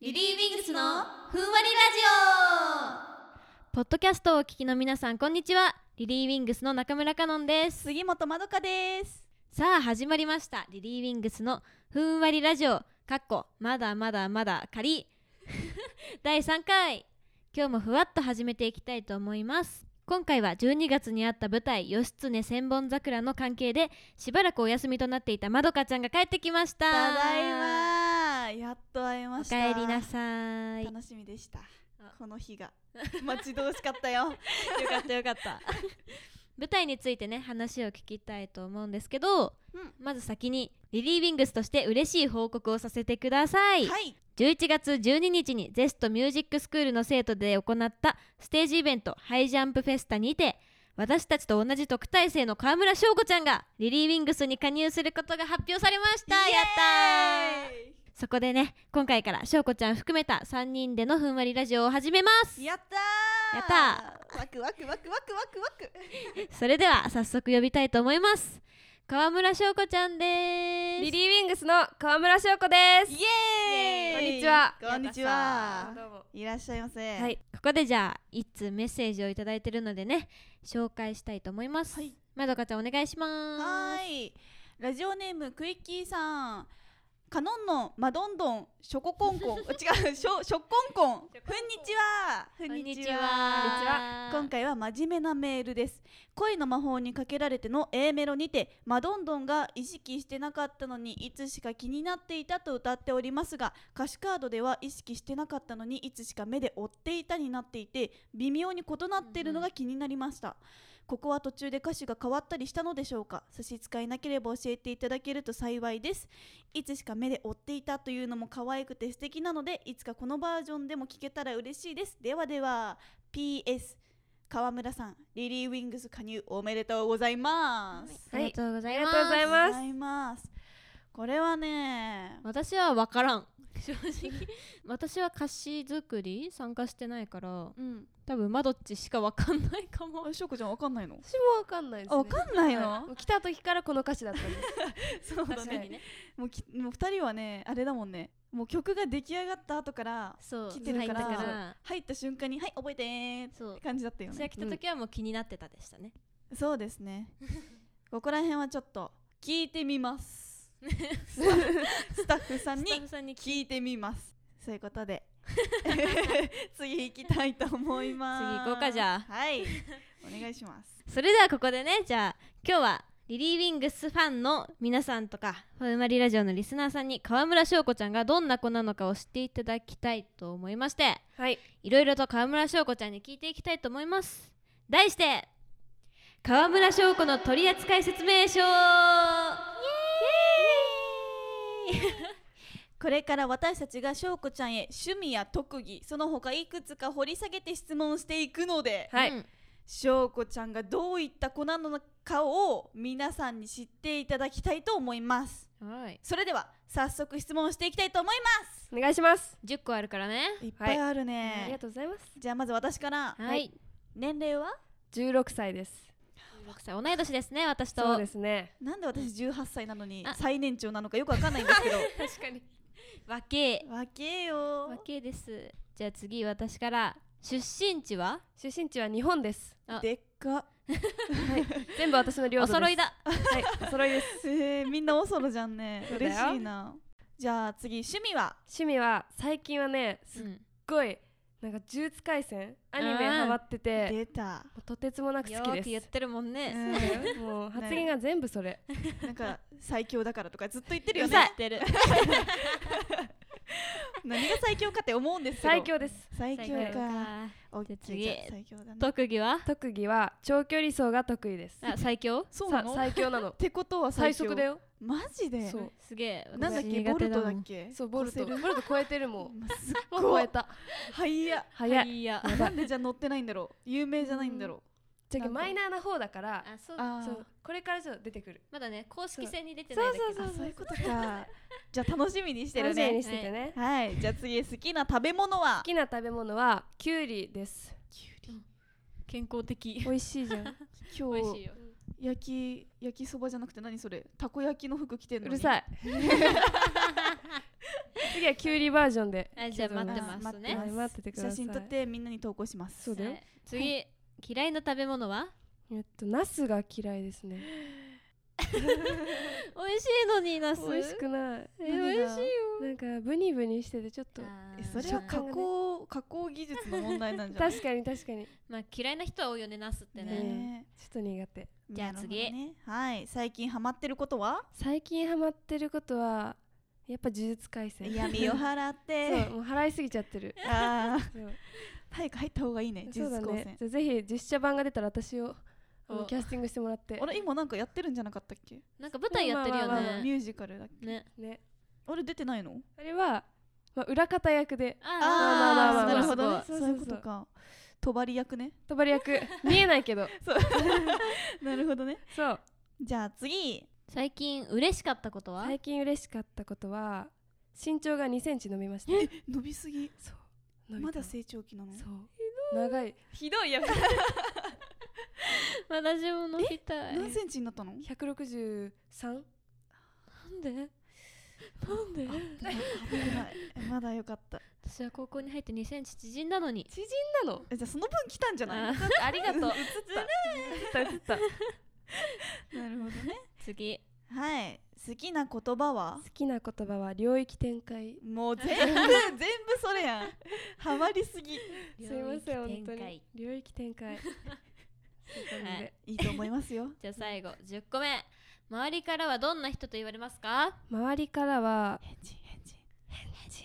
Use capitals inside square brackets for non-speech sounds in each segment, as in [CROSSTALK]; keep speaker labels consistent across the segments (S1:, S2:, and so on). S1: リリー・ウィングスのふんわりラジ
S2: ポッドキャストをお聞きの皆さんこんにちはリリーウィングスの中村香音です
S1: 杉本まどかです
S2: さあ始まりましたリリーウィングスのふんわりラジオかっこまだまだまだ仮 [LAUGHS] 第3回今日もふわっと始めていきたいと思います今回は12月にあった舞台「義経千本桜」の関係でしばらくお休みとなっていたまどかちゃんが帰ってきました
S1: ただいまやっと会えま
S2: お
S1: した
S2: かえりなさい
S1: 楽しみでした
S2: あ
S1: この日が待ち遠しかったよ
S2: よかったよかった [LAUGHS] 舞台についてね話を聞きたいと思うんですけど、
S1: うん
S2: まず先にリリー・ウィングスとして嬉しい報告をさせてください、
S1: はい
S2: 11月12日にゼストミュージックスクールの生徒で行ったステージイベントハイジャンプフェスタにて私たちと同じ特待生の川村翔子ちゃんがリリー・ウィングスに加入することが発表されましたやったー
S1: イエ
S2: そこでね今回から翔子ちゃん含めた3人でのふんわりラジオを始めます
S1: ーイやったー
S2: やった
S1: ーワクワクワクワクワクワク
S2: それでは早速呼びたいと思います川村翔子ちゃんです
S3: リリーウィングスの川村翔子です。
S1: イエーイ
S3: こんにちは。
S1: こんにちは
S3: どうも。
S1: いらっしゃいませ
S3: はい。
S2: ここでじゃあ一通メッセージをいただいてるのでね紹介したいと思います、
S1: はい
S2: まどかちゃんお願いします
S1: はーいラジオネームクイッキーさんカノンのマドンドンショココン [LAUGHS] コンお違うショショコンコンふんにちはふ
S2: こんにちは
S1: 今回は真面目なメールです恋の魔法にかけられての A メロにてマドンドンが意識してなかったのにいつしか気になっていたと歌っておりますが歌詞カードでは意識してなかったのにいつしか目で追っていたになっていて微妙に異なっているのが気になりました、ここは途中で歌詞が変わったりしたのでしょうか差し支えなければ教えていただけると幸いですいつしか目で追っていたというのも可愛くて素敵なのでいつかこのバージョンでも聞けたら嬉しいですではでは PS 川村さんリリー・ウィングス加入おめでとうございます、
S2: ありがとうござい
S3: あり
S2: ま
S3: が
S2: す,、
S3: とうござい
S1: あ
S3: ま
S1: りがとうご
S3: す
S1: ざ。いますこれはね
S2: 私は分からん正直私は歌詞作り参加してないから
S1: うん
S2: 多分まどっちしか分かんないかも
S1: あしょうこちゃんわかんないの
S3: 私もわかんないです、
S1: あ
S3: ね。
S1: わかんない
S3: はい
S1: の
S3: もう来た時からこの歌詞だったんです。
S1: そうだ
S2: 確か
S1: ね
S2: にね
S1: もうきもう二人はねあれだもんねもう曲が出来上がった後から
S2: そう
S1: 来てるから
S2: 入ったから
S1: 入った瞬間に「はい覚えてー」っ
S2: そう
S1: て感じだったよ
S2: それ
S1: ね
S2: 来た時はもう気になってたでしたね、
S1: そうです [LAUGHS] ねここら辺はちょっと聞いてみます [LAUGHS] スタッフさん
S2: スタ
S1: に
S2: ッフさんに聞い
S1: 聞いてみますそういうことで [LAUGHS] 次行きたいと思います
S2: 次行こうかじゃあ
S1: [LAUGHS] はいお願いします
S2: それではここでねじゃあ今日はリリー・ウィングスファンの皆さんとか「ふんわりラジオ」のリスナーさんに川村翔子ちゃんがどんな子なのかを知っていただきたいと思いまして
S3: はい。
S2: いろいろと川村翔子ちゃんに聞いていきたいと思います題して川村翔子の取扱説明書イエーイ
S1: これから私たちがしょうこちゃんへ趣味や特技その他いくつか掘り下げて質問していくので、
S3: はい。
S2: うん
S1: しょうこちゃんがどういった子なのかを皆さんに知っていただきたいと思います
S2: はい、
S1: それでは早速質問していきたいと思います
S3: お願いします。
S2: 10個あるからね
S1: いっぱいある
S3: あり
S1: ね
S3: が、とうございます。
S1: じゃあまず私から
S2: はい、
S1: 年齢は
S3: 十六歳です。
S2: 僕さ同い年ですね私と
S3: そうですね。
S1: なんで私18歳なのに
S2: あ
S1: 最年長なのかよくわかんないんです
S3: [LAUGHS]
S1: けど
S3: 確かに。
S2: わけ
S1: わけよ
S2: わけですじゃあ次私から出身地は
S3: 出身地は日本です。
S2: あ
S1: でっか
S3: 全部私の領土
S2: お
S3: です。
S2: 揃いだ。
S3: はい。お揃いです。
S1: えー、みんなおそろじゃんね
S3: そうだよ
S1: 嬉しいなじゃあ次趣味は
S3: 趣味は最近はね、す
S2: う
S3: っ
S2: ん
S3: ごいなんか呪術廻戦アニメハマってて、も
S1: 出た
S3: うとてつもなく
S2: よ
S3: 好き
S2: ーく言
S3: で
S2: っ
S3: す。
S2: てるもんね。
S3: うんもう発言が全部それ。
S1: なんか最強だからとかずっと言ってる
S2: う
S1: よ
S2: ざい
S1: ね。何が最強かって思うんですけど
S3: 最強です。
S1: 最強
S3: 最強
S1: か。お
S2: じゃあ次
S1: じゃあ最強だね。
S2: 特技は？
S3: 特技は長距離走が得意です。
S2: あ最強？
S1: そうな
S3: さ
S1: の？っ
S3: 最強なの。
S1: てことは [LAUGHS]
S3: 最
S1: 最強
S3: 速だ。よ。
S1: マジで
S3: そ。う
S2: すげえ。
S1: なんだっ
S2: 私
S1: け
S2: 苦
S1: ボ
S2: 手
S1: ルト
S2: も
S1: だ
S2: ん
S1: っけ？
S3: そうボルト。
S1: 越
S3: ボ
S1: せる
S3: ルト超えてるも
S1: まあすっ
S3: う。も
S1: ご
S3: う超
S1: い
S3: え。た。
S1: はいや。
S3: 早。
S2: はいいや。
S3: や
S1: [LAUGHS] な
S3: ば。
S1: いんでじゃあ乗ってないんだろう。有名じゃないんだろ
S3: じゃあマイナーな方だから。
S2: あそう
S1: あー。
S3: そう。これからちょっと出てくる。
S2: まだね公式戦に出て
S3: そ
S2: な
S3: う
S2: いだけど。
S3: そう
S1: あ
S3: うそう
S1: そういうことか。 [LAUGHS] じゃあ楽しみにしてる
S3: 楽しみに
S1: ね。
S3: しててね。
S1: はい。じゃあ次好きな食べ物は
S3: 好。きな食べ物はキュウリです。
S2: 健康的。
S3: 美味しいじゃん。
S1: 今
S2: 美味しい
S1: 日
S2: よ。
S1: 焼き焼きそばじゃなくて何それたこ焼きの服着てん
S3: う
S1: の
S3: る
S1: い
S2: [LAUGHS]
S3: さい次はキュウリバージョンで
S2: あじゃあ待ってますね
S3: はい待っててください
S1: 写真撮ってみんなに投稿します
S3: そうだよ
S2: はい次、嫌いな食べ物は
S3: えっとナスが嫌いですね
S2: 美味しいのにナス
S3: 美味しくない
S2: え
S1: 何が
S2: 美味しいよ
S3: なんかブニブニしててちょっと
S1: えそれ
S3: 食
S1: は加
S3: 感がね
S1: 工加工技術の問題
S3: [LAUGHS]
S1: なんじゃない
S3: 確かに確かにちょ
S2: まあ嫌いな人は多いよねナスってね
S3: ね
S1: ね
S3: っと苦手
S2: じゃあ
S1: なるほどねはい最近ハマってることは
S3: 最近ハマってることはやっぱ呪術廻戦
S1: 闇を払っ
S3: [LAUGHS] そう
S1: て
S3: もう払いすぎちゃってる
S1: あー
S3: そう
S1: 早く入った方がいいね
S3: そ
S1: 呪
S3: うだ
S1: 術高
S3: ね
S1: 専
S3: じゃあぜひ実写版が出たら私をあの
S2: お
S3: キャスティングしてもらって
S1: あれ今なんかやってるんじゃなかったっけ
S2: なんか舞台やってるよ
S3: まあまあまあ
S1: ミュ
S2: ね
S1: ージカルだっけ
S2: ね
S3: ね
S1: あれ出てないの
S3: あれは、まあ、裏方役で
S2: あー
S3: あーまあまあまあ
S1: なるほどね
S3: す
S1: そ
S3: ご
S1: う
S3: い
S1: いうことかとばり役ね
S3: とばり役見えないけど
S1: なるほどね
S3: そう
S1: じゃあ次
S2: 最近嬉しかったことは、
S3: 最近嬉しかったことは身長が2センチ伸びました
S1: 伸びすぎ
S3: そう伸び
S1: ま
S3: た
S1: だ成長期なの
S3: そう長いひどいや
S2: [LAUGHS] 私も伸びたい
S1: 何センチになったの
S3: 163
S2: なんでなんで
S1: 危ない危ないまだよかった
S2: 私は高校に入って2センチ縮んだのに
S3: 縮んだの
S1: えじゃあその分来たんじゃない
S2: あー
S3: ありがとう [LAUGHS] 映っ映った映った
S1: なるほどね
S2: 次
S1: はい好きな言葉は
S3: 好きな言葉は領域展開
S1: もう全部全部それやんハマりすぎ
S3: すいませ
S2: 領
S3: ん本
S2: 域
S3: 当
S2: 展開
S3: に領域展開そういう感じで
S2: はい
S1: いいと思いますよ
S2: じゃあ最後10個目周りからはどんな人と言われますか
S3: 周りからは
S1: [LAUGHS] 返事返事
S3: 変人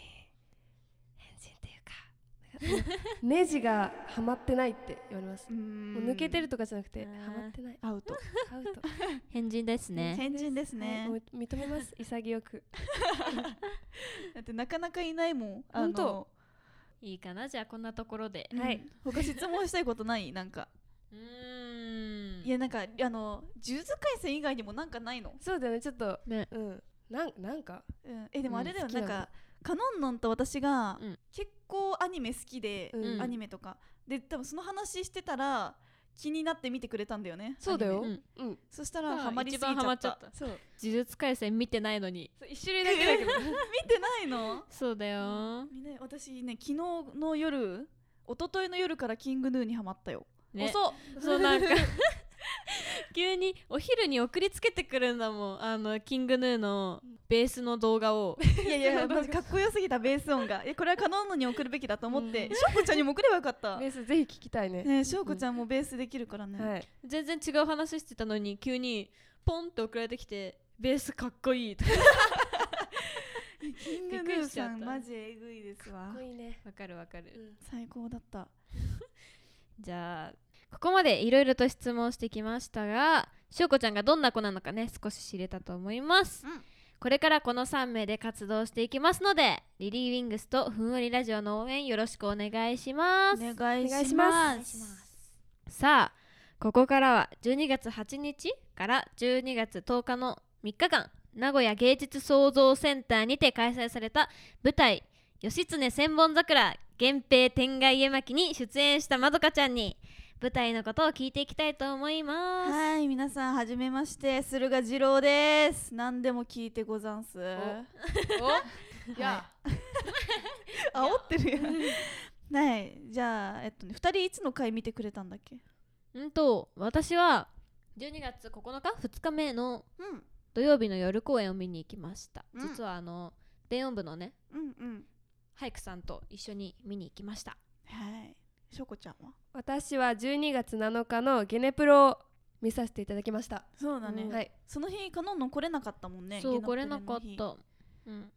S3: 変人っていうかネジがはまってないって言われます
S1: うーん
S3: もう抜けてるとかじゃなくて
S2: あ
S3: は
S2: ー
S3: まってない
S1: アウト
S3: アウト
S2: 変人ですね
S1: 変人ですね、
S3: はいもう認めます潔く
S1: だってなかなかいないもん
S3: 本当
S2: いいかなじゃあこんなところで
S1: あの、
S3: はい
S1: うん他質問したいことないなんか
S2: うーん
S1: いやなんかあの呪術廻戦以外にもなんかないの、
S3: [LAUGHS] そうだよねちょっと
S2: ね
S3: うんなんなんか
S1: うん、えでもあれだよ、
S3: うん
S1: なんかカノンノンと私が
S2: うん
S1: 結構アニメ好きで、
S3: うん
S1: アニメとかで多分その話してたら気になって見てくれたんだよね
S3: そうだ
S1: アニ
S3: よ
S1: メ
S2: うん
S3: うん
S1: そしたらハマりすぎちゃった
S2: 一番ハマっちゃった
S3: そう
S2: 呪術廻戦見てないのに
S3: そう一種類だけだけど
S1: 見てないの
S2: そうだよ
S1: みんな私ね昨日の夜一昨日の夜からキングヌーにハマったよ、
S2: ね
S1: 遅っ
S2: そうなん [LAUGHS] か急にお昼に送りつけてくるんだもんあのキングヌーのベースの動画 [LAUGHS] を
S1: [LAUGHS] いやいやマジかっこよすぎたベース音がいやこれはカノンノンに送るべきだと思って翔子、ちゃんにも送ればよか [LAUGHS] った
S3: ベ
S1: ね
S3: ースぜひ聞きたいね
S1: え翔子ちゃんもベースできるからね、
S3: はい
S2: 全然違う話してたのに急にポンって送られてきてベースかっこいいとか
S1: キングヌーさんマジえぐいですわ
S3: いいね
S2: わかるわかる
S1: 最高だった
S2: じゃあここまでいろいろと質問してきましたがしょうこちゃんがどんな子なのかね少し知れたと思います、
S1: うん
S2: これからこの3名で活動していきますのでリリー・ウィングスとふんわりラジオの応援よろしくお願いします、
S1: お願い
S3: お願い
S1: し
S3: し
S1: ま
S3: ます
S2: さあここからは12月8日から12月10日の3日間名古屋芸術創造センターにて開催された舞台「義経千本桜源平天外絵巻」に出演したまどかちゃんに舞台のことを聞いていきたいと思います。
S1: はい皆さんはじめまして駿河次郎です何でも聞いてござんす
S3: いや
S1: 煽ってるやん [LAUGHS] はいじゃあえっとね2人いつの回見てくれたんだっけ
S2: うんと私は12月9日2日目の
S1: うん
S2: 土曜日の夜公演を見に行きました、
S1: うん
S2: 実はあの電音部のね
S1: うんうん
S2: 俳句さんと一緒に見に行きました
S1: はいしょこちゃんは
S3: 私は12月7日のゲネプロを見させていただきました
S1: そうだね、
S2: うん
S3: はい
S1: その日カノンの来れなかったもんね
S2: そう
S1: ゲナプ
S2: 来
S1: レ
S2: れ
S1: の
S2: な
S1: 日
S2: かった、
S1: う
S2: うん、
S1: ん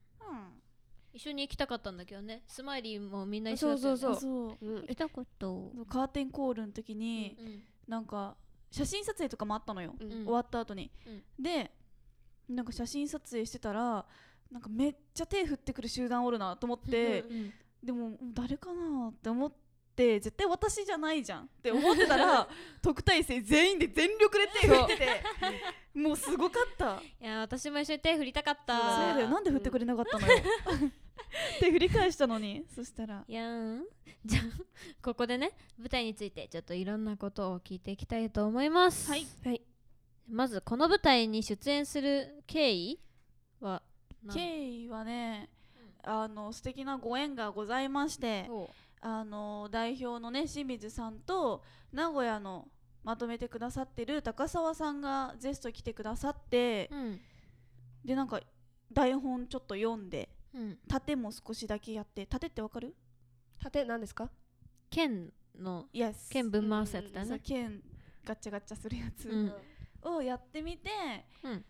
S2: 一緒に行きたかったんだけどねスマイリーもみんな一
S3: そ
S2: 緒だ
S3: う
S2: ったよ
S3: そう
S2: ね
S3: そう
S1: そう
S3: うん
S2: 行きたかった
S1: カーテンコールの時に、なんか写真撮影とかもあったのよ、
S3: うん
S2: う
S1: 終
S2: ん
S1: わった後に、
S2: う
S1: でなんか写真撮影してたらなんかめっちゃ手振ってくる集団おるなと思って
S3: うん
S2: うん
S1: でも誰かなって思って絶対私じゃないじゃんって思ってたら特待生全員で全力で手振ってて [LAUGHS] もうすごかった
S2: いや私も一緒に手振りたかっ
S1: そ
S2: た
S1: う
S3: あー
S1: だよなんで振ってくれなかったのよ手振り返したのにそしたら
S2: いやーんじゃあここでね舞台についてちょっといろんなことを聞いていきたいと思います、
S1: はい
S3: はい
S2: まずこの舞台に出演する経緯は何
S1: 経緯はねあの素敵なご縁がございまして
S2: おう
S1: あの代表のね清水さんと名古屋のまとめてくださってる高沢さんがゼスト来てくださって
S2: うん
S1: でなんか台本ちょっと読んで
S2: うん
S1: 盾も少しだけやって盾ってわかる
S3: 盾何ですか
S2: 剣の
S1: イエス
S2: 剣ぶん回すやつだ
S1: そう
S2: ね
S1: 剣ガッチャガッチャするやつ、
S2: うん
S1: をやってみて、
S2: うん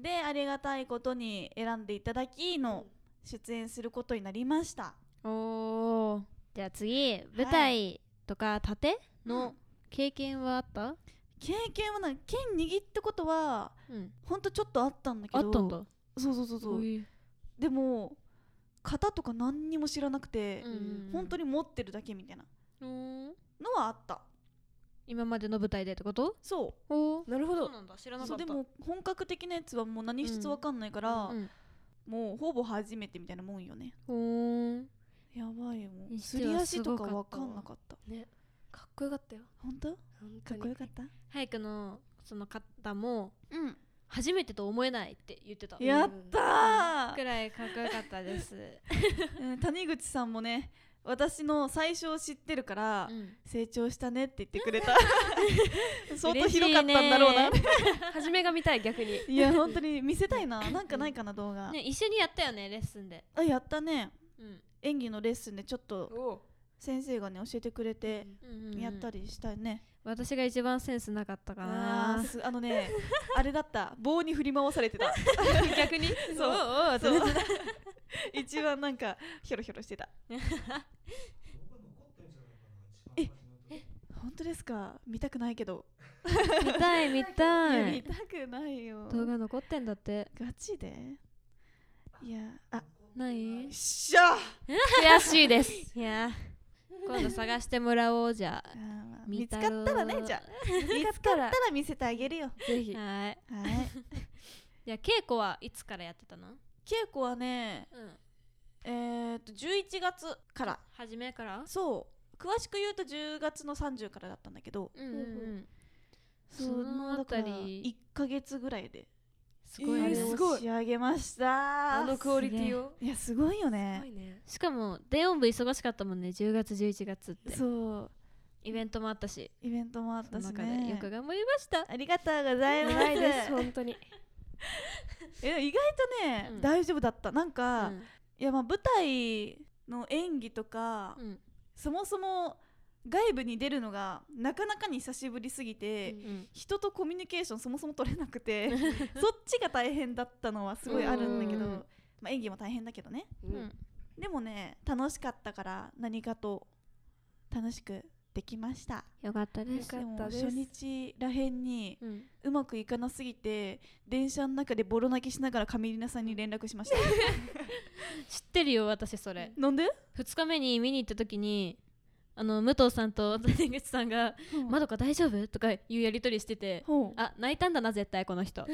S1: でありがたいことに選んでいただきの出演することになりました、
S2: おーじゃあ次舞台とか盾
S1: う
S2: の
S1: ん
S2: 経験はあった
S1: 経験はない剣握ったことは
S2: うん
S1: ほんとちょっとあったんだけ
S2: あ
S1: ど
S2: ったんだ
S1: そうそうそうそう、でも型とか何にも知らなくて、
S2: うん
S1: 本当に持ってるだけみたいな
S2: うん
S1: のはあった
S2: 今までの舞台でってこと
S1: そ
S2: おー
S3: なるほ
S2: そう
S3: ど
S2: なんだ知ら
S1: う
S2: な
S1: そう
S2: か
S1: で
S2: った
S1: も本格的なやつはもう何一つわかんないから、
S2: うん
S1: もうほぼ初めてみたいなもんよね
S2: おー
S1: やばいよもう
S2: にし
S1: す
S2: て
S1: り
S2: は
S1: 足
S2: す
S1: と
S2: ご
S1: か
S2: かった
S1: わ
S2: わ
S1: かんなかった
S3: ねかっこよかったよ
S1: 本当か
S3: 本当に
S1: っこよかった
S2: 早くのその方も
S1: うん
S2: 初めてと思えないって言ってた
S3: や
S1: やったー、
S2: くらいかっこよかった [LAUGHS] です、
S1: うん谷口さんもね私の最初を知ってるから、
S2: うん
S1: 成長したねって言ってくれた [LAUGHS] 相当広かったんだろう
S2: [LAUGHS]
S1: な
S2: 嬉
S3: 初めが見たい逆に
S1: いや本当に見せたいななんかないかな動画、
S2: ね、一緒にやったよねレッスンで、
S1: あやったね
S2: うん
S1: 演技のレッスンでちょっと
S3: お
S1: 先生がね教えてくれて
S2: うんうんうん
S1: やったりしたいね、
S2: 私が一番センスなかったか
S1: あ
S2: な
S1: ーすあの [LAUGHS] ねあれだった棒に振り回されて [LAUGHS] た
S2: 逆に
S1: そう
S2: おう
S1: そう一番なんかヒョロヒョロして [LAUGHS] たえ本当ですか見たくないけど、
S2: 見たい見た
S1: いや見
S2: い
S1: たくないよ
S2: 動画残ってんだって
S1: ガチでいやあ
S2: ない
S1: しゃ
S3: 悔しいです
S2: いや今度探してもらおうじゃ
S1: あ
S2: あ
S1: ー見
S2: 見
S1: つか
S2: た
S1: っ
S2: ろ
S1: た
S2: う
S1: らねじゃあ見つかったら見せてあげるよ
S3: ぜひ
S2: はい
S1: はい
S2: じゃあ稽古はいつからやってたの
S1: 稽古はね
S2: うん
S1: えー、っと11月から
S2: 初めから
S1: そう詳しく言うと10月の30からだったんだけど
S2: うんうんうんそ
S1: そ
S2: の
S1: の
S2: あ
S1: だか
S2: た
S1: ら
S2: り
S1: 1ヶ月ぐらいです
S2: ごい
S3: え
S1: あ
S2: ね
S3: ー
S1: れ
S3: す
S1: を
S3: ごい
S1: 仕上げました
S3: あのクオリティを
S1: いやすごいよ
S3: すご
S1: ね
S3: いね
S2: しかも電音部忙しかったもんね10月11月って
S1: そう
S2: イベントもあったし
S1: イベントもあっ
S2: そ
S1: た
S2: の
S1: し
S2: 中でよ
S1: ね
S2: く頑張りました
S1: ありがとうございます
S3: ないです [LAUGHS] 本当に
S1: えでも意外とね、
S2: うん
S1: 大丈夫だったなんか、
S2: うん
S1: いやまあ舞台の演技とか、
S2: うん
S1: そもそも外部に出るのがなかなかに久しぶりすぎて、
S3: うん
S2: うん
S1: 人とコミュニケーションそもそも取れなく
S3: [LAUGHS]
S1: てそっちが大変だったのはすごいあるんだけど、
S2: うんうんうん
S1: まあ、演技も大変だけどね
S2: うん
S1: でもね楽しかったから何かと楽しくできました
S2: よかったで
S3: よ
S2: す
S3: かったです
S1: も初日らへんに
S2: うん
S1: うまくいかなすぎて電車の中でボロ泣きしながらカミリナさんに連絡しました
S3: [LAUGHS]
S2: 知ってるよ私それ
S1: なんで、
S2: 2日目に見に行った時にあの武藤さんと谷口さんが「まどか大丈夫?」とかいうやり取りしてて
S1: ほう
S2: あ泣いたんだな絶対この人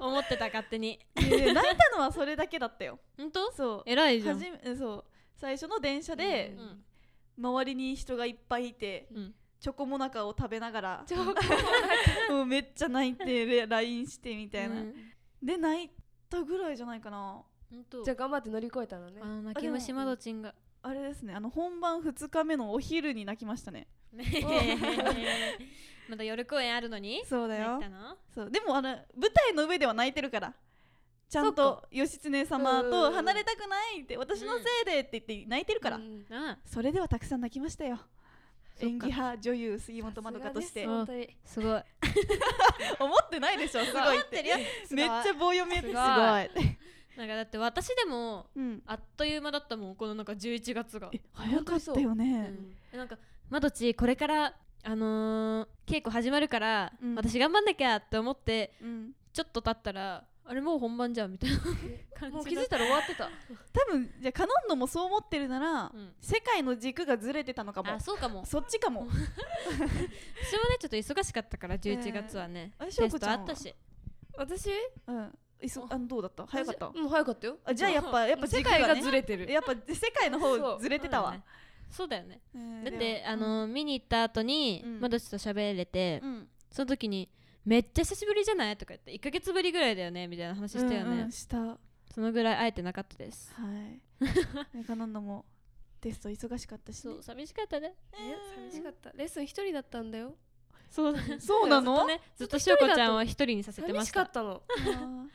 S2: 思ってた勝手に
S1: いやい [LAUGHS] や泣いたのはそれだけだったよ
S2: 本当
S1: そう
S2: 偉いじゃ
S1: 初
S2: ん
S1: めそう最初の電車で
S2: う、ん
S1: 周りに人がいっぱいいて
S2: うん
S1: チョコモナカを食べながら
S3: ョコ
S1: もうめっちゃ泣い
S2: [LAUGHS]
S1: てで LINE してみたいな、
S2: うん
S1: で泣いたぐらいじゃないかな
S2: ほんと
S3: じゃあ頑張って乗り越えたのね
S2: あの泣き虫まどちんが
S1: あれですねあの本番2日目のお昼に泣きましたね
S2: [LAUGHS] まだ夜公演あるのに
S1: そうだ
S2: 泣
S1: よ
S2: いたの
S1: そうでもあの舞台の上では泣いてるからちゃんと義経様と離れたくないって私のせいでって言って泣いてるから、
S3: うん
S2: あ
S1: それではたくさん泣きましたよ
S2: そっか
S1: 演技派女優杉本まどかとして
S3: さすがです本当に
S2: すごい
S1: [LAUGHS] 思ってないでしょすごいってめっちゃ棒読みやってすごい
S2: なんかだって私でも
S1: うん
S2: あっという間だったもんこのなんか11月が
S1: え早かったよ
S2: う
S1: ね
S2: んなんかまどちこれからあのー稽古始まるから、
S1: うん
S2: 私頑張んなきゃって思って
S1: うん
S2: ちょっと経ったらあれもう本番じゃんみたいな感じ
S3: もう気づいたら終わってた
S1: 多分じゃあカノンのもそう思ってるなら、
S2: うん
S1: 世界の軸がずれてたのかも
S2: あそうかも
S1: そっちかも
S2: 私もねちょっと忙しかったから11月はね、
S1: えーあ
S2: テストあったし
S3: 私
S1: うんいそあのどうだった早かった
S3: うん早かったよ
S1: あじゃあやっぱやっぱ
S3: 世
S1: 軸
S3: 界が
S1: ね
S3: ずれてる
S1: やっぱ世界の
S3: そ
S1: 方
S3: う
S1: ずれてたわ、
S2: そうだよね
S1: うん
S2: だっ
S1: で
S2: て
S1: も
S2: あのー見に行った後に
S1: うん
S2: まどちと喋れて
S1: うん
S2: その時に「めっちゃ久しぶりじゃない?」とか言って「1ヶ月ぶりぐらいだよね」みたいな話したよね、
S1: うんうんしたは
S2: そのぐらい会えてなかったです
S1: いねカノンのもテスト忙しかったし、ね
S2: そ、う寂しかったね
S3: え寂しかったレッスン一人だったんだよ
S2: そう
S1: そうなの
S2: ずっとねずっとしおこちゃんは一人にさせて
S3: 寂
S2: ま
S3: し
S2: し
S3: か
S2: た
S3: ったの
S1: あ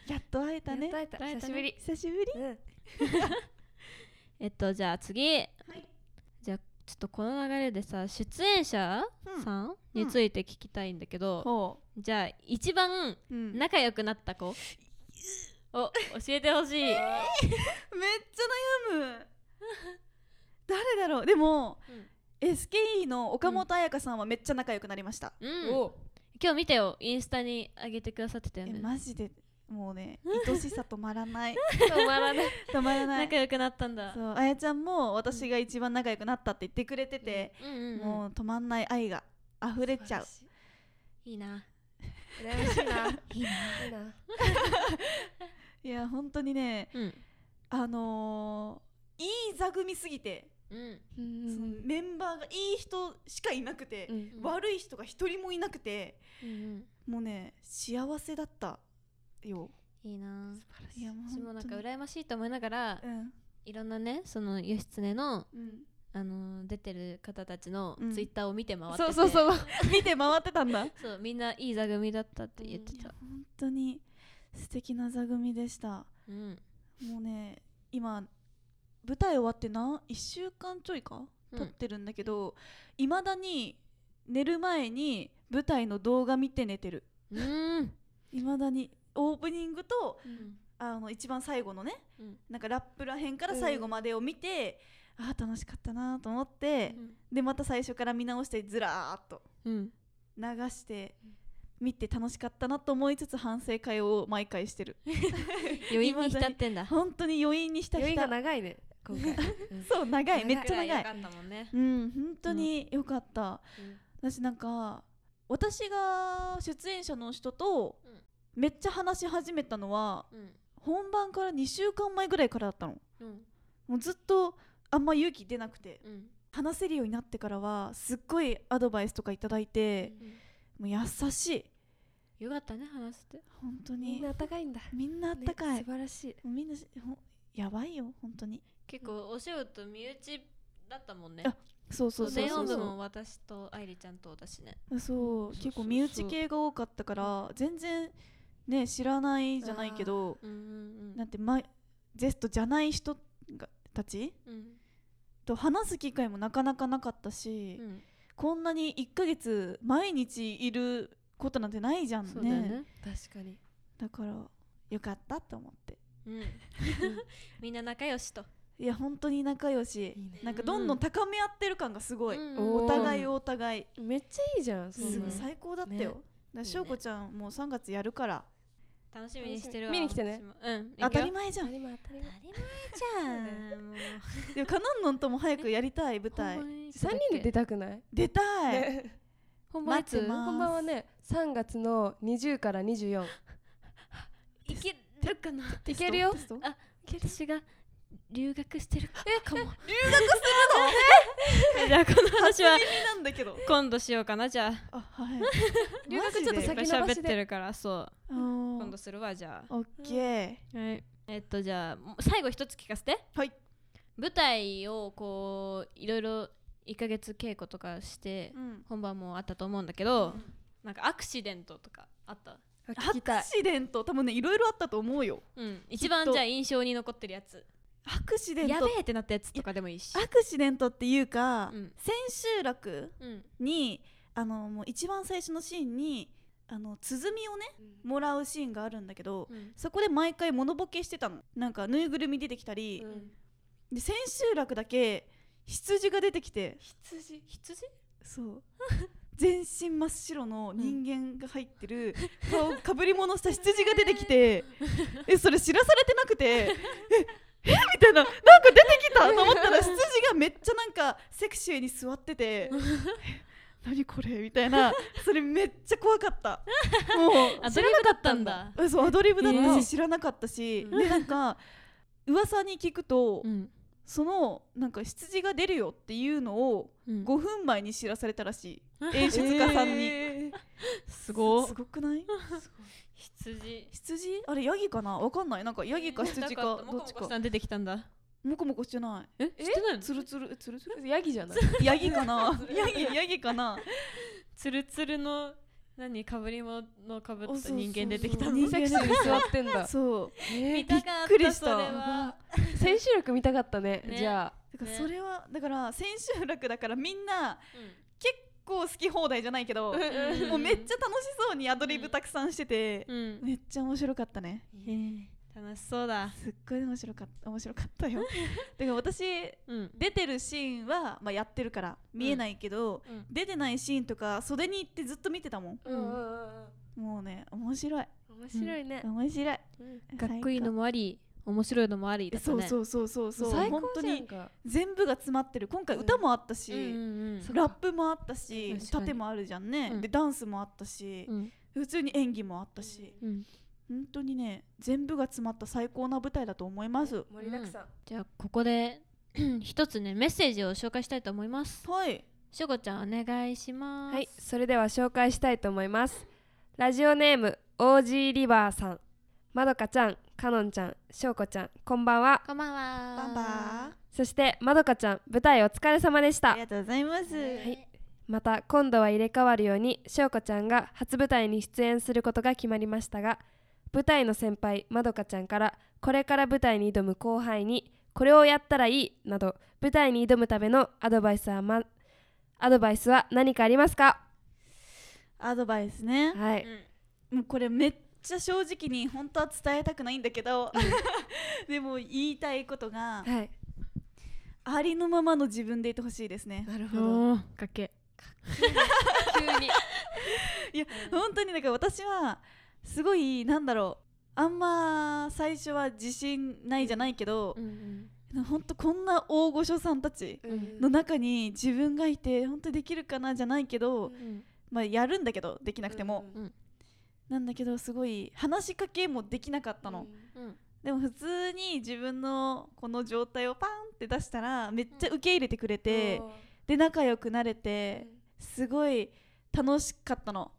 S1: ー [LAUGHS] やっと会えたね
S3: やっと会えた久しぶり
S1: 久しぶり
S3: うん
S2: えっとじゃあ次、じゃあちょっとこの流れでさ出演者さん
S1: うん
S2: について聞きたいんだけど、
S1: ほ
S2: じゃあ一番
S1: う、うんめっち
S2: 仲良くなった子を教えてほしい
S1: ゃ悩む [LAUGHS] 誰だろうでも、SKE の岡本彩香さんはめっちゃ仲良くなりました、
S2: うん今日見てよインスタに上げてくださってたよ
S1: え
S2: ね
S1: マジでもうね愛しさ止まらない
S3: 止まらない
S1: 止まらない
S2: 仲良くなったんだ
S1: そうあやちゃんも私が一番仲良くなったって言ってくれてて、
S2: うんうんうん
S1: もう止まんない愛が溢れちゃう
S2: いいな
S3: 羨 [LAUGHS] まし
S2: い
S3: いな
S2: いない
S3: いない
S1: や本当にね
S2: うん
S1: あのー、いい座組すぎて、
S2: うん
S3: うん
S1: そのメンバーがいい人しかいなくて
S3: う、ん
S2: うん
S1: 悪い人が一人もいなくて
S2: うん
S1: もうね幸せだったよ
S2: いいな
S1: 素晴らしいやもう
S2: 私もなん
S1: 本
S2: か
S1: 当に
S2: 羨ましいと思いながら
S1: うん
S2: いろんなねその義経の
S1: うん
S2: あのー出てる方たちの
S1: うん
S2: ツイッターを見て回ってて、
S1: そうそうそう見て回ってたんだい
S2: そうみんないい座組だったって言って
S1: や
S2: た、
S1: 本当に素敵な座組でした
S2: うん
S1: もうね今舞台終わってな1週間ちょいか
S2: うん
S1: 撮ってるんだけどいま、未だに寝る前に舞台の動画見て寝てる
S2: うーん
S1: いまだにオープニングと
S2: うん
S1: あの一番最後のね、
S2: うん
S1: なんかラップらへんから最後までを見て、あー楽しかったなと思って、でまた最初から見直してずらーっと
S2: うん
S1: 流して見て楽しかったなと思いつつ反省会を毎回してる
S2: 余韻に浸ってんだ
S1: 本当に余韻に浸
S3: 余
S1: し
S3: 韻が
S1: た
S3: 長いね今
S2: [LAUGHS]
S3: 回うん
S1: そう長いめっちゃ
S2: くら
S1: 長
S2: 良
S1: い
S2: かったもんね
S1: うん本当に良かった、
S2: うん
S1: 私なんか私が出演者の人と
S2: うん
S1: めっちゃ話し始めたのは
S2: うん
S1: 本番から2週間前ぐらいからだったの
S2: うん
S1: もうずっとあんま勇気出なくて
S2: うん
S1: 話せるようになってからはすっごいアドバイスとかいただいてもう優しい
S2: よかったね話して
S1: 本当
S3: み
S1: に
S3: んな暖かいんだ
S1: みんなあったかい、
S3: ね素晴らしい
S1: もうみんなしほんやばいよ本当に
S2: 結構お仕事身内だったもんね
S1: あそうそうそう
S2: 電
S1: そ
S2: 音
S1: う
S2: 部
S1: そ
S2: も私と愛梨ちゃんとだしね
S1: うそう結構身内系が多かったから全然ね知らないじゃないけど
S2: うんうん
S1: なんて、ま、ゼストじゃない人がたち
S2: うん
S1: と話す機会もなかなかなかったし、
S2: うん
S1: こんなに1ヶ月毎日いることなんてないじゃんね
S2: そうだよね
S3: 確かに
S1: だからよかったと思って [LAUGHS]
S2: うんみんな仲良しと
S1: いや本当に仲良し
S3: いいね
S1: なんかどんどん高め合ってる感がすごい、
S2: うん
S3: お
S1: お互い
S2: うん
S1: お互い、
S3: めっちゃいいじゃんそん
S1: す
S3: な
S1: ご
S3: の
S1: い最高だったよ、
S3: ね
S1: だからしょうこちゃんもう3月やるから
S2: 楽しみにしてるわ
S3: 見に来て
S2: 私
S3: ね
S2: もうん
S1: 当たり
S2: 前
S1: 前じゃ
S3: 当
S1: ん
S3: たり前当たり
S2: 当
S3: 前
S2: たり前じゃんもう
S1: でもカノンノンとも早くやりたい舞台
S3: 三人で出たくない
S1: 出たい、
S3: ね [LAUGHS]
S2: 本番い
S1: 待
S2: つ
S1: ってま
S3: 本番はね3月の20から24
S2: いけるかない
S3: けるよ
S1: テスト
S2: あ私が留学してるかも留学 [LAUGHS] するのじゃあこの話は
S1: えなんだけど
S2: 今度しようかなじゃあ
S1: あはい
S3: [LAUGHS] 留学ちょっと
S2: いっ
S3: 先
S2: ぱい
S3: 延ば
S2: 喋っ
S3: してで
S2: るからそう今
S1: 今
S2: 度するわじゃ
S1: オッケー
S2: あはいえっとじゃあもう最後一つ聞かせて
S1: はい
S2: 舞台をこういろいろ1ヶ月稽古とかして
S1: うん
S2: 本番もあったと思うんだけどなんかアクシデントとかあった
S3: あ
S1: ア
S3: 聞き
S1: ク
S3: たい
S1: シデント多分ねいろいろあったと思うよ
S2: うん一番
S1: きっと
S2: じゃあ印象に残ってるやつ
S1: アクシデン
S2: やべ
S1: ト
S2: えってなったやつとかでもいいし
S1: アクシデントっていうか、
S2: うん
S1: 千秋楽
S2: うん
S1: にあのもう一番最初のシーンにあの鼓をねもらうシーンがあるんだけど、
S2: うん
S1: そこで毎回モノボケしてたのなんかぬいぐるみ出てきたり、
S3: うん
S1: で千秋楽だけ羊が出てきて
S3: 羊
S2: 羊
S1: そう [LAUGHS] 全身真っ白の人間が入ってる、顔かぶり物した羊が出てき
S2: [LAUGHS]
S1: てえそれ知らされてなくてええみたいななんか出てきたと思ったら羊がめっちゃなんかセクシーに座って
S2: [LAUGHS]
S1: てえ何これみたいなそれめっちゃ怖か
S2: [LAUGHS]
S1: ったもう
S2: アドリブだったんだ
S1: えそうアドリブだっ
S2: え
S1: た
S2: ー
S1: し知らなかったし、
S2: うん
S1: でなんか噂に聞くと、
S2: うん
S1: そのなんか羊が出るよっていうのを
S2: うん
S1: 5分前に知らされたら
S2: [LAUGHS]
S1: しい演出家さんに、
S3: えー
S2: す
S1: すごく
S2: [LAUGHS]
S1: ない
S2: 羊
S1: 羊あれヤギかなわかんないなんかヤギか羊か
S2: なん
S1: どっち
S2: モコモコ
S1: か
S2: さん出てきたんだ
S1: モコモコしてない
S2: [LAUGHS] え知ってないの
S3: つるつるつる
S2: [LAUGHS]
S3: つるヤギじゃ [LAUGHS] ない
S1: ヤギかなヤギヤギかな
S2: つるつるの何かぶり物のかぶっ
S1: お
S2: た
S1: そう
S2: 人間出てきた
S1: そ
S2: の
S1: うそう
S3: セクシーに座ってん [LAUGHS] だ
S1: そう
S3: え
S2: 見
S3: ー
S2: たかった
S1: びっくりした
S2: それ
S1: や
S2: は
S3: 千秋楽見たかったね
S2: ね
S3: じゃあ
S1: だから
S2: ね
S1: それは、だから千秋楽だからみんな結構好き放題じゃないけど、
S2: ん
S1: もうめっちゃ楽しそうにアドリブたくさんしてて
S2: う、ん、
S1: めっちゃ面白かったね
S2: うん、楽しそうだ
S1: すっごい面白かった面白かった
S2: [LAUGHS]
S1: よだから私
S2: うん
S1: 出てるシーンは、まあ、やってるから見えないけど、
S2: うん
S1: 出てないシーンとか袖に行ってずっと見てたもん
S2: うん
S1: もうね面白い
S3: 面白いね
S1: 面白い
S2: かっこいいのもあり面白いのもありだった
S1: 最高
S2: ね
S1: そうそうそうそうそう
S3: 最
S1: 本
S3: 高
S1: 当
S3: じゃん
S1: に
S3: か
S1: 全部が詰まってる今回
S3: うん
S1: 歌もあったし、
S2: うんうん
S3: そっか
S1: ラップもあったし
S2: 確かに
S1: 盾もあるじゃんね、
S2: うん
S1: でダンスもあったし
S2: う、ん
S1: 普通に演技もあったし、
S2: うん
S1: 本当にね全部が詰まった最高な舞台だと思います
S3: 盛りだくさん
S2: じゃあここで [CLEARS THROAT] 一つねメッセージを紹介したいと思います
S1: はい
S2: しょこちゃんお願いします
S3: はい、それでは紹介したいと思います。ラジオネーム OG リバーさん、まどかちゃん、かのんちゃん、しょうこちゃん、こんばんは。
S2: こんばんは
S1: バンバー
S3: そしてまどかちゃん、舞台お疲れ様でし
S1: あ
S3: た
S1: り。がとうございます、
S3: はい、また今度は入れ替わるようにしょうこちゃんが初舞台に出演することが決まりましたが舞台の先輩まどかちゃんからこれから舞台に挑む後輩にこれをやったらいいなど舞台に挑むためのアドバイスは、ま、アドバイスは何かありますか
S1: アドバイスね
S3: はい、
S1: もうこれめっちゃ正直に本当は伝えたくないんだけど [LAUGHS] でも言いたいことが
S3: はい、
S1: ありのままの自分でいてほしいですね
S3: なるほど
S2: おーかけ
S3: 急に
S1: いや本当にだから私はすごいなんだろうあんま最初は自信ないじゃないけど
S2: う、ん
S1: 本当こんな大御所さんたちの中に自分がいて本当できるかなじゃないけど、
S2: うん
S1: まあやるんだけどできなくても、なんだけどすごい話しかけもできなかったの、
S2: うん
S1: でも普通に自分のこの状態をパンって出したらめっちゃ受け入れてくれて、で仲良くなれてすごい楽しかったの、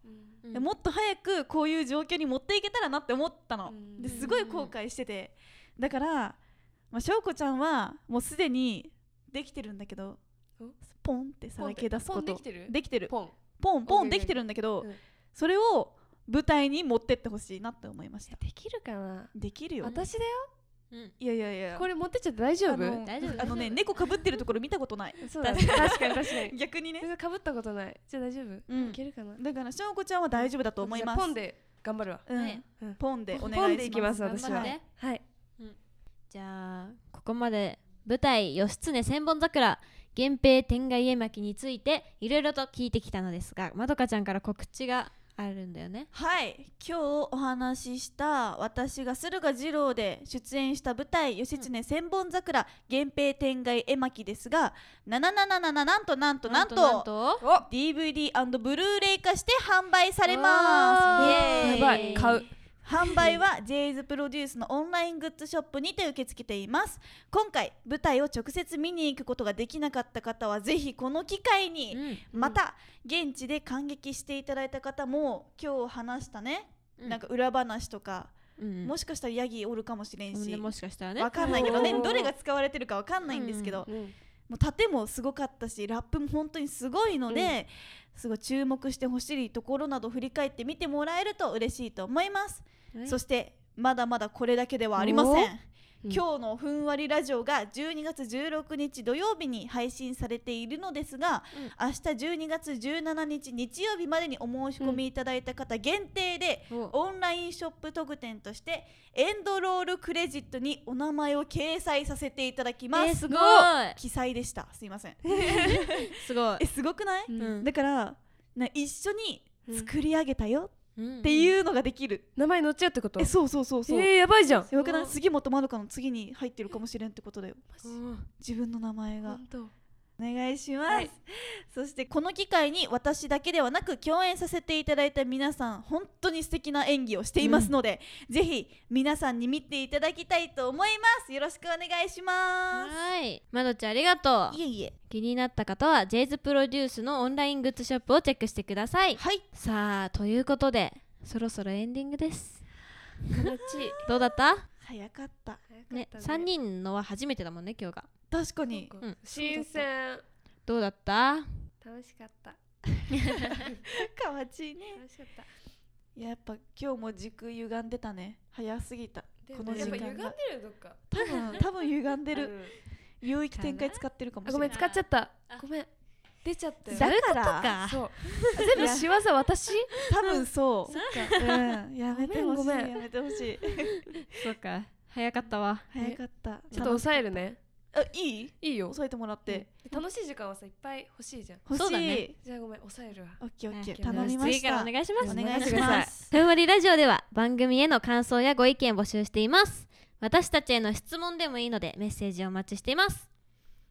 S2: うん
S1: でもっと早くこういう状況に持っていけたらなって思ったの、
S3: うん
S1: ですごい後悔しててだから、まあ、しょうこちゃんはもうすでにできてるんだけど
S3: お
S1: ポンってさらけ出すこと
S3: ポンできてる
S1: できてる
S3: ポン
S1: ポンポン
S3: OK
S1: できてるんだけど、
S3: うん
S1: それを舞台に持ってってほしいなって思いました
S3: できるかな
S1: できるよ
S3: 私だよ
S2: うん
S1: いやいやいや
S3: これ持ってっちゃって大丈
S1: あ
S3: 夫
S1: の
S2: 大丈夫
S1: あの
S3: [LAUGHS]
S1: ね猫かぶってるところ見たことない
S3: そうだね確かに確かに
S1: 逆にね
S3: 全然かぶったことないじゃあ大丈夫
S1: うん
S3: いけるかな
S1: だからしょうこちゃんは大丈夫だと思います
S3: じゃあポンで頑張るわ
S1: うん
S2: はい
S3: うん
S1: ポンでお願いします
S3: ポンでいきます私
S2: 頑張っ
S3: は
S2: て
S3: はい
S2: じゃあここまで舞台「義経千本桜源平天外絵巻」についていろいろと聞いてきたのですがまどかちゃんから告知があるんだよね
S1: はい今日お話しした私が駿河二郎で出演した舞台「義経千本桜源平天外絵巻」ですがなななななななんとなんとなんと
S2: なんと
S3: お
S1: DVD& ブルーレイ化して販売されま
S2: お
S1: す
S2: ー
S1: イエー
S3: や
S1: イ
S3: ばい買う
S1: 販売はジェイズプロデュースのオンライングッズショップにて受け付けています今回舞台を直接見に行くことができなかった方はぜひこの機会に、
S2: うん
S1: また現地で感激していただいた方も今日話したね、
S2: うん
S1: なんか裏話とか、
S2: うん
S1: もしかしたらヤギおるかもしれん
S2: うん
S1: し、
S2: ねもしかしたらね
S1: わかんないけどね
S3: おー
S1: どれが使われてるかわかんないんですけど、
S3: うん
S1: もう盾もすごかったしラップも本当にすごいので、すごい注目してほしいところなど振り返って見てもらえると嬉しいと思います、
S2: はい
S1: そしてまだまだこれだけではありません、
S3: うん
S1: 今日のふんわりラジオが12月16日土曜日に配信されているのですが、明日12月17日日曜日までにお申し込みいただいた方限定で、
S2: お
S1: オンラインショップ特典としてエンドロールクレジットにお名前を掲載させていただきます、
S2: えーすごい
S1: 記載でしたすいません
S2: すごい
S1: えすごくない、
S3: うん
S2: うん
S1: だからな一緒に作り上げたよ
S2: っ
S1: っていうのができる、
S3: 名前載っちゃうってこと
S1: えそうそうそう
S3: え
S1: そう、
S3: ーやばいじゃん
S1: すごくない杉本まどかの次に入ってるかもしれんってことだよ
S2: うん
S1: 自分の名前が
S3: 本当
S1: お願いします、そしてこの機会に私だけではなく共演させていただいた皆さん本当に素敵な演技をしていますので、ぜひ皆さんに見ていただきたいと思いますよろしくお願いしま
S2: はいまどちゃんありがとう
S1: すいえいえ
S2: 気になった方は j ズプロデュースのオンライングッズショップをチェックしてください
S1: はい
S2: さあということでそろそろエンディングです
S3: 悲しい
S2: どうだった
S1: 早かった
S2: ね三人のは初めてだもんね今日が
S1: 確かに
S2: うん
S3: 新鮮
S2: どうだった
S3: 楽しかった
S1: かわちいね
S3: 楽しかった
S1: いややっぱ今日も軸歪んでたね早すぎたこの時間が
S3: やっぱ歪んでるよどっか
S1: 多分多分歪んでる
S3: うん
S1: 領域展開使ってるかも
S3: あ
S1: し
S3: ご
S1: れ
S3: め
S1: なんい
S3: 使っちゃったごめん出ちゃったよ
S1: だから
S3: そうあ全部仕業私
S1: 多分そううんやめてほし
S3: ご
S1: い
S3: めんご
S1: や
S3: めん
S1: めてほしい
S2: そうか早かったわ
S1: 早かった
S3: ちょっと抑えるね
S1: あいい
S3: いいよ
S1: 抑えてもらって
S3: 楽しい時間はさいっぱい欲しいじゃん
S1: 欲
S2: そう
S1: し
S2: だ
S1: い
S2: ね
S3: じゃあごめん抑えるわ
S1: オッケーオッケ
S2: はい
S1: ー頼みまし
S2: 次から
S1: た
S2: お願いします
S1: お
S3: お
S1: 願
S3: 願
S1: い
S3: い
S1: し
S3: し
S1: ま
S3: ます
S2: ふんわりラジオでは番組への感想やご意見を募集しています私たちへの質問でもいいのでメッセージをお待ちしています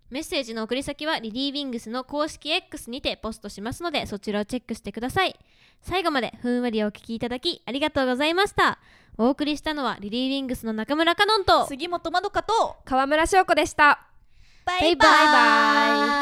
S2: メッセージの送り先はリリー・ウィングスの公式 X にてポストしますのでそちらをチェックしてください最後までふんわりお聞きいただきありがとうございましたお送りしたのはリリー・ウィングスの中村かのんと
S1: 杉本まどかと
S3: 河村翔子でした
S1: バ
S2: イバイ